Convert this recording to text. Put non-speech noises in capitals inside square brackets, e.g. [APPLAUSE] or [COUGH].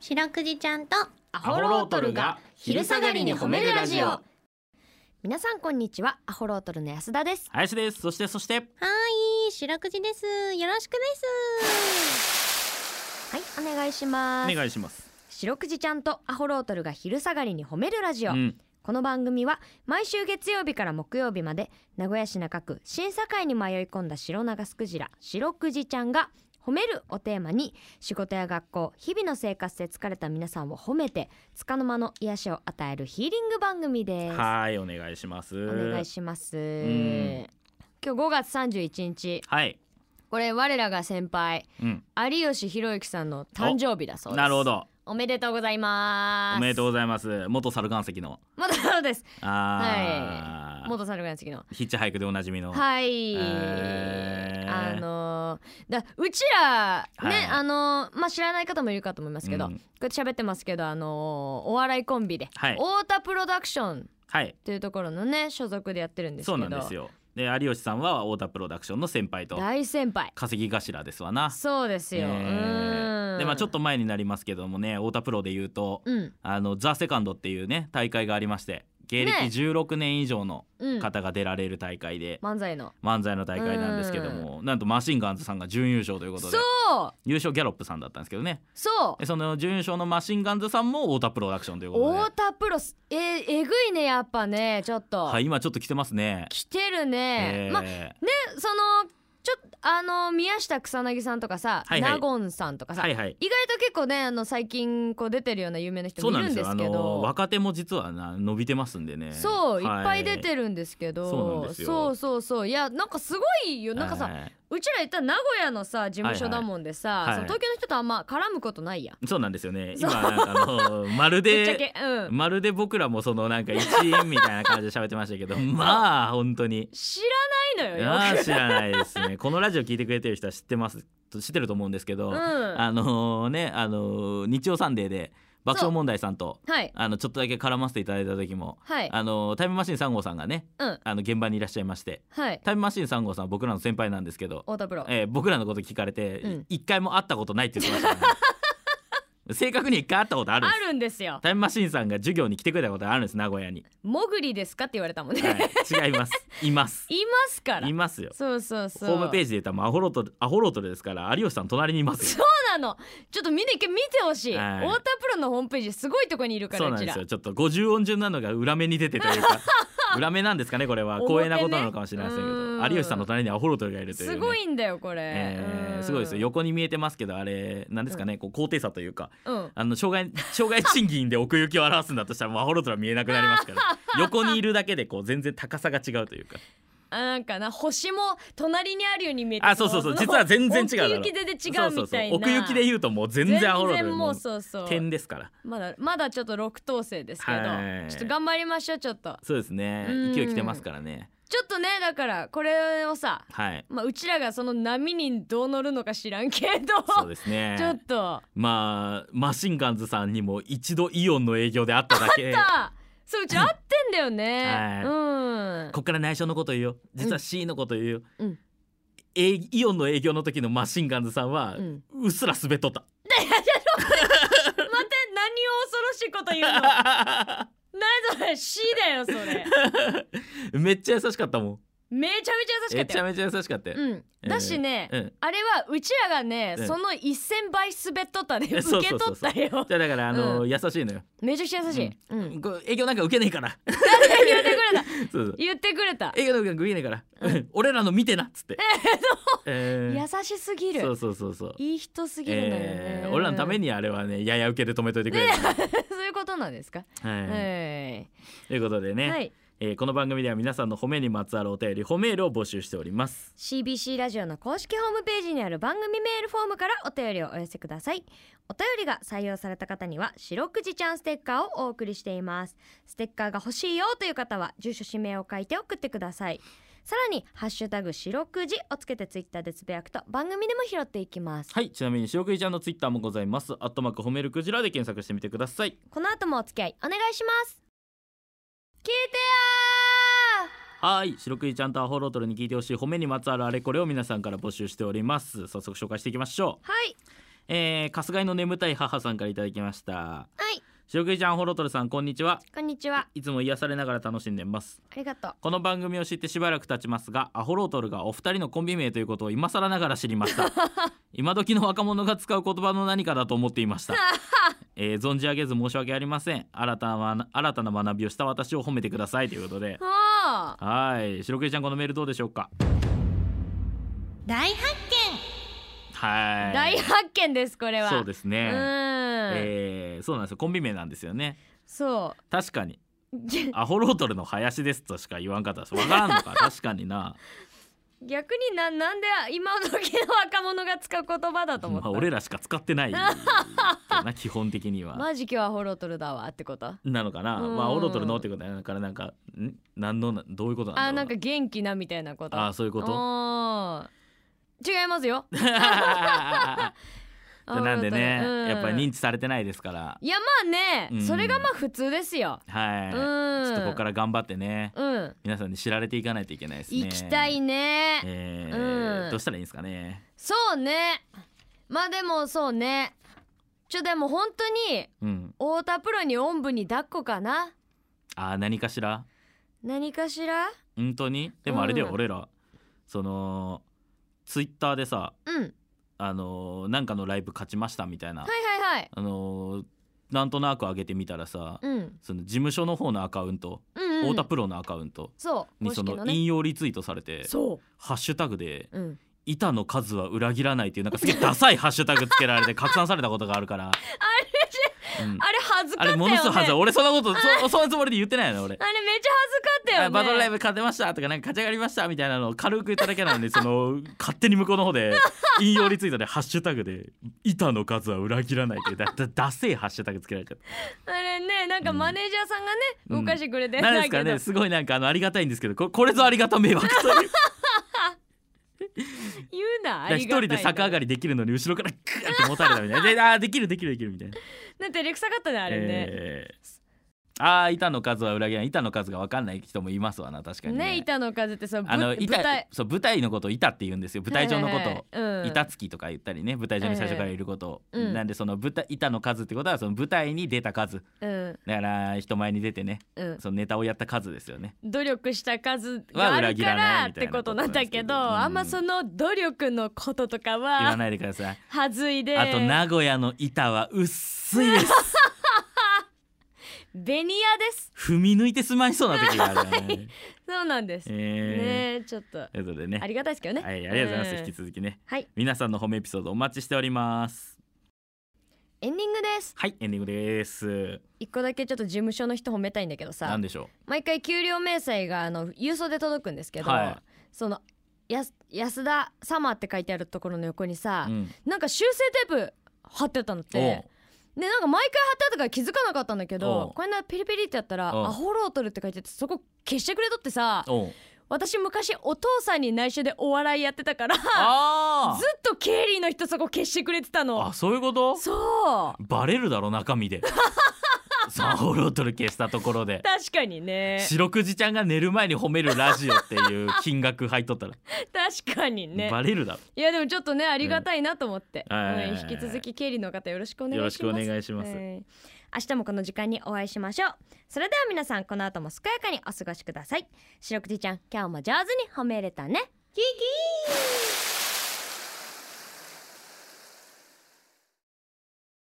白くじちゃんとアホロートルが昼下がりに褒めるラジオ皆さんこんにちはアホロートルの安田です林ですそしてそしていい白くじですよろしくですはいお願いしますいします白くじちゃんとアホロートルが昼下がりに褒めるラジうオ、んこの番組は毎週月曜日から木曜日まで名古屋市中区審査会に迷い込んだ白長スクジラ白くじちゃんが褒めるをテーマに仕事や学校日々の生活で疲れた皆さんを褒めて束の間の癒しを与えるヒーリング番組ですはいお願いしますお願いしますん今日5月31日はいこれ我らが先輩うん有吉弘行さんの誕生日だそうですなるほどおめでとうございますおめでとううございます元猿岩石のまだそうですあー元猿岩石のヒッチハイクでおなじみのはい、えーあのーだうちらね、はいあのーまあ知らない方もいるかと思いますけど、うんこうやって喋ってますけどあのーお笑いコンビで、はい太田プロダクションはいというところのね所属でやってるんですけそどうなんですよで有吉さんは太田プロダクションの先輩と大先輩稼ぎ頭ですわなそうですよ、えーうんでまあちょっと前になりますけどもね太田プロで言うとうんあのザ・セカンドっていうね大会がありまして芸歴ね16年以上のうん方が出られる大会で、漫才の漫才の大会なんですけども、なんとマシンガンズさんが準優勝ということそでう優勝ギャロップさんだったんですけどねそうでその準優勝のマシンガンズさんも太田プロダクションということで太、田プロスえーえぐいねやっぱねちょっと、はい、今ちょっと来てますね。来てるね、まあえそのちょっとあの宮下草薙さんとかさ、はいはい納言さんとかーさ、はいはい意外と結構ねあの最近こう出てるような有名な人そうもないるんでんすですよあけのど。若手も実はな伸びてますんでねそういっぱい出るてるんですけど、そうなんですよそうそうそういやなんかすごいよなんかさ、うちら言ったら名古屋のさ事務所だもんでさ、はいはいその東京の人とあんま絡むことないや、そうなんですよねそう今なんかあのま [LAUGHS] るぶっちゃでけうんまるで僕らもそのなんか一員みたいな感じで喋ってまし [LAUGHS] たけどまあ本当に知らないのよあよー知らないですねこのラジオ聞いてくれてる人は知ってます知ってると思うんですけど、くうんあのねあのー日曜サンデーで爆笑問題さんとはいあのちょっとだけ絡ませていただいた時も、はいあのータイムマシーン3号さんがねうんあの現場にいらっしゃいましてはいタイムマシーン3号さんは僕らの先輩なんですけど、太田プロえー僕らのこと聞かれてうん一、回も会ったことないって言ってました、 [LAUGHS] ね、正確に一回会ったことあるんあでするんですよタイムマシーンさんが授業に来てくれたことあるんです名古屋に、 「もぐりですか?」って言われたもんね、はい、違いますいます [LAUGHS] い、ますからいますよそうそうそうホームページで言ったらもうアホロートルアホロートルですから有吉さん隣にいますそようなのちょっと見て一回見てほしい、はい太田プロのホームページすごいとこにいるかそらうなんちでらすよちょっと50音順なのが裏目に出てとい [LAUGHS] うか裏目なんですかねこれは表ね光栄なことなのかもしれませんけうどん有吉さんの隣にアホロートルがいるという、ね、すごいんだよこれ、えーうんすごいですよ横に見えてますけどあれなんですかね、こう高低差というかうんあの障害 [LAUGHS] 障害賃金で奥行きを表すんだとしたらもうアホロートルは見えなくなりますから [LAUGHS] 横にいるだけでこう全然高さが違うというかあなんかな星も隣にあるように見えてあそうそうそうの実は全然違うだろ奥行き全然違うみたいなそうそうそう奥行きで言うともう全然アホロート全ル然もうそうそ点うですからまだまだちょっと六等星ですけどはいちょっと頑張りましょうちょっとそうですねうん勢い来てますからねちょっとねだからこれをさはいまあうちらがその波にどう乗るのか知らんけそうど、ですね [LAUGHS] ちょっとまあマシンガンズさんにも一度イオンの営業で会っただけさあそううちら合ってんだよね、はいうんこっから内緒のこと言うよ実は C のこと言うよ、うんえいイオンの営業の時のマシンガンズさんは、ううんっすら滑っとったまた何を恐ろしいこと言うの [LAUGHS] 何それ C だよそれ [LAUGHS] めっちゃ優しかったもんめちゃめちゃ優しかめっちたゃよ、めちゃ優しかったよ、うん、だしね、うんあれはうちらがね、うんその1000倍滑っとったでえ受そうけそうそ取うっそたよう [LAUGHS] じゃあだからあの、優しいのよめちゃくちゃ優しい、うん [LAUGHS] こう営業なんか受けねえから [LAUGHS] 言ってくれたそうそう言ってくれた営業なんか受けねえから、 [LAUGHS] 俺らの見てなっつ [LAUGHS] ってえ優しすぎえそるうそうそうそういい人すぎるのよね、えー、俺らのためににあれはねやや受けで止めといてくれる、 [LAUGHS] そういうことなんですか、はい [LAUGHS] はいということでね、はいえーこの番組では皆さんの褒めにまつわるお便り褒めールを募集しております CBC ラジオの公式ホームページにある番組メールフォームからお便りをお寄せくださいお便りが採用された方には白くじちゃんステッカーをお送りしていますステッカーが欲しいよという方は住所氏名を書いて送ってくださいさらにハッシュタグ白くじをつけてツイッターでつぶやくと番組でも拾っていきますはいちなみに白くじちゃんのツイッターもございますアットマーク褒めるクジラで検索してみてくださいこの後もお付き合いお願いします聞いてやはい白くじちゃんとアホロートルに聞いてほしい褒めにまつわるあれこれを皆さんから募集しております早速紹介していきましょうーはいえー、春日井の眠たい母さんからいただきましたはい白くじちゃんホロトルさんこんにちはこんにちはいつも癒されながら楽しんでますありがとうこの番組を知ってしばらく経ちますがアホロートルがお二人のコンビ名ということを今更ながら知りました [LAUGHS] 今時の若者が使う言葉の何かだと思って [LAUGHS] いました、えー存じ上げず申し訳ありません新たな新たな学びをした私を褒めてくださいということでああはい白くじちゃんこのメールどうでしょうか大発はい大発見ですこれはそうですうね、んえーそうなんですよコンビ名なんですよねそ確かにうアホロートルの林ですとしか言わんかったですわからん [LAUGHS] のか確かにな逆にななんで今時の若者が使う言葉だと思っまた、あ、俺らしか使ってないけどな基本的にはマジ今日はホロトルだわってことなのかなうんまあアホロートルのってことやからなんかん何のどういうことあなんだなんろうかな元気なみたいなことあーそういうことと違いますよ [LAUGHS] なんでね、うんやっぱり認知されてないですからいやまあね、うんそれがまあ普通ですよはい、うんちょっとここから頑張ってねうん皆さんに知られていかないといけないですね行きたいねえーうんどうしたらいいんですかねそうねまあでもそうねちょでも本当にうん太田プロにおんぶに抱っこかなあー何かしら何かしら本当にでもあれだよ、うん俺らそのツイッターでさうんはいあのーなんかのライブ勝ちましたみたいな、はいはいあのーなんとなく上げてみたらさ、うんその事務所の方のアカウント、うんうん太田プロのアカウントそうに公そ式のの引ね用リツイートされて、そハッシュタグでううん「板の数は裏切らない」っていうなんかすげえダサいハッシュタグつけ [LAUGHS] られて拡散されたことがあるからあれ、うんあれ恥ずかあったれよねものすごい恥ずかしい俺そんなこと [LAUGHS] そそのつもりで言ってないの俺あれめっちゃ恥ずかったよねあバトルライブ勝てましたとかなんか勝ち上がりましたみたいなのを軽く言っただけな [LAUGHS] のにその勝手に向こうの方で引用リツイートでハッシュタグで「板の数は裏切らない」っていうだ [LAUGHS] だダセえハッシュタグつけられちゃっあれねなんかマネージャーさんがね、うん動かしてくれてたなんですかねすごいなんかあのありがたいんですけどここれぞありがた迷惑 [LAUGHS] という言うなあ一りがたい人で逆上がりりできるのに後ろからグーって持たれたみたいなであーできるできるできるみたいな。だって照れくさかったねあれね、えーあー板の数は裏切らない板の数が分かんない人もいますわな確かにねね板の風ってそのぶあの舞板台そう舞台のことを板って言うんですよ舞台上のことを、はいはいはいうん板付きとか言ったりね舞台上に最初からいることを、はいはいうんなんでその舞台板の数ってことはその舞台に出た数うんだから人前に出てねうんそのネタをやった数ですよね努力した数があるかは裏切らならいっみたいてなここととななんんでだすけけどど、うんあんまその努力のこととか言わはないでくださいはずいであと名古屋の板は [LAUGHS] 薄いですベニヤです踏み抜いてしまいそうな時があるよ [LAUGHS] ね、そうなんです、えーねえちょっとということであねりがたいですけどねはいありがとうございます、ん引き続きねはい皆さんの褒めエピソードお待ちしておりますエンディングですはいエンディングです一個だけちょっと事務所の人褒めたいんだけどさ何でしょ毎回給料明細があの郵送で届くんですけど、はそのやす安田様って書いてあるところの横にう、さう、ん、なんか修正テープ貼ってたのっおうてでなんか毎回貼ってあったから気づかなかったんだけおどうこれなピリピリってやったらおう「アホロートル」って書いててそこ消してくれとってさおう私昔お父さんに内緒でお笑いやってたからずあーっと経理の人そこ消してくれてたのあそういうことそうバレるだろ [LAUGHS] 中身でサンホロートル消したところで確かにね白くじちゃんが寝る前に褒めるラジオっていう金額入っとったら、確かにねバレるだろいやでもちょっとねありがたいなと思って、うんはいはいはいうんはい引き続き経理の方よろしくお願いしますよろしくお願いしますはい明日もこの時間にお会いしましょうそれでは皆さんこの後も健やかにお過ごしください白くじちゃん今日も上手に褒めれたねキキー